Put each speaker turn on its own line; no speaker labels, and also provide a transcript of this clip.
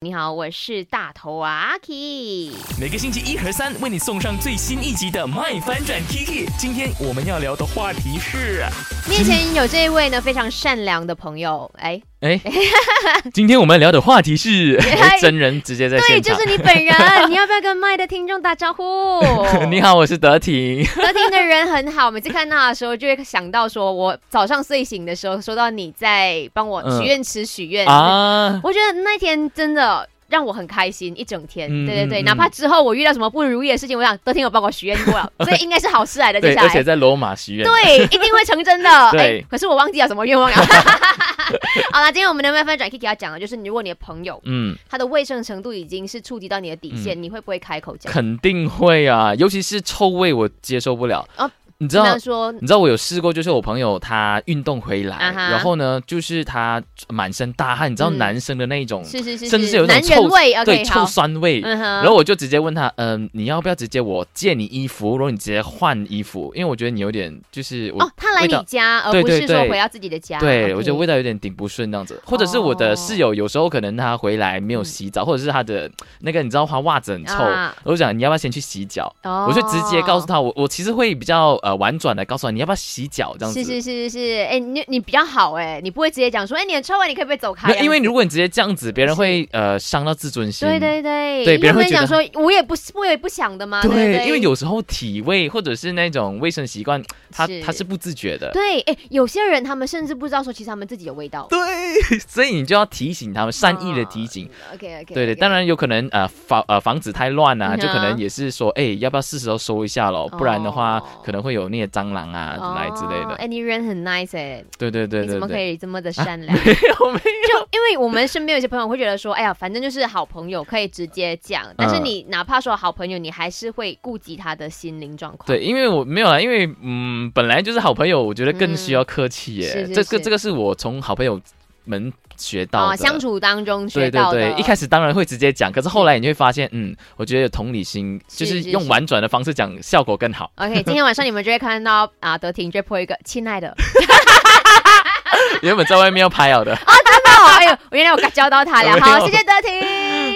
你好，我是大头啊阿 K。
每个星期一和三为你送上最新一集的《麦翻转 Kiki》。今天我们要聊的话题是，
面前有这一位呢，非常善良的朋友，哎，
哎，今天我们聊的话题是真人直接在
哎对，
现
就
场？
是。你本人，你要不要跟麦的听众打招呼
你，好，我是德婷。
德听的人很好，每次看他的时候就会想到说，我早上睡醒的时候收到你在帮我许愿池许愿、
啊，
我觉得那天真的。让我很开心一整天，
嗯
对对对，
嗯
哪怕之后我遇到什么不如意的事情，我想德听有帮我许愿过 了，所以应该是好事来的。接
对，
下
而
来
且在罗马许愿。
对，一定会成真 的。
对
哎可是我忘记了什么愿 望了。好了，今天我们的麦饭转 Kiki 要讲的就是，如果你的朋友
嗯，
他的卫生程度已经是触及到你的底线，你会不会开口讲？
肯定会啊，尤其是臭味，我接受不了。
哦
你知
比
道
方，说，
你知道我有试过，就是我朋友他运动回来，
啊哈
然后呢，就是他满身大汗，你知道
嗯
男生的那一种，
是是是，
甚至有那
男
种臭
人味。OK，
对，臭
好，
酸味。
嗯哼，
然后我就直接问他，嗯、你要不要直接我借你衣服，然后你直接换衣服？因为我觉得你有点就是我，
哦，他来
味道
你家，而
对
不
对
是说
对
回到自己的家。
对
OK 哦
我觉得味道有点顶不顺这样子。或者是我的室友有时候可能他回来没有洗澡，或者是他的那个你知道他袜子很臭，
嗯啊
我就讲你要不要先去洗脚？
哦
我就直接告诉他，我我其实会比较呃婉转的告诉他你要不要洗脚这样子。
是是是是是，哎、你你比较好哎、你不会直接讲说，哎、你很臭哎、你可不可以走开
没
啊、
有因为如果你直接这样子，别人会呃伤到自尊心。
对对对，
对
因为
别人会
我跟你
觉
讲
得
说，我也不我也不想的嘛，对
对
对，
因为有时候体味或者是那种卫生习惯，他
是
他是不自觉的。
对，哎、有些人他们甚至不知道说，其实他们自己有味道。哦
对， 所以你就要提醒他们，善意的提醒。
OK OK，
对对，当然有可能呃房呃房子太乱啊，
嗯哼
就可能也是说，哎，要不要是时候收一下咯？不然的话
哦
可能会有那些蟑螂啊来之类
哎、
的。
诶你人很 nice 哎、
对对对啊
你怎
对
么可
对，
以这么的善良？
我 没
就因为我们身边有些朋友会觉得说，哎呀，反正就是好朋友可以直接
嗯
讲，但是你哪怕说好朋友，你还是会顾及他的心灵状况。
对，因为我没有啦，因为嗯，本来就是好朋友，我觉得更需要客气
是
耶。
嗯是
这个
是
这个是我从好朋友们学到
啊，
的。
相处当中学
对对
到的。
对，一开始当然会直接讲，可是后来你会发现，嗯，我觉得有同理心，
是
就是
是
用婉转的方式讲，效果更好。
OK，今天晚上你们就会看到啊，德婷就播一个亲爱 的，
原本在外面要拍好的。
哦，哎呦，原来我刚教到他了，
没有
好，谢谢德婷。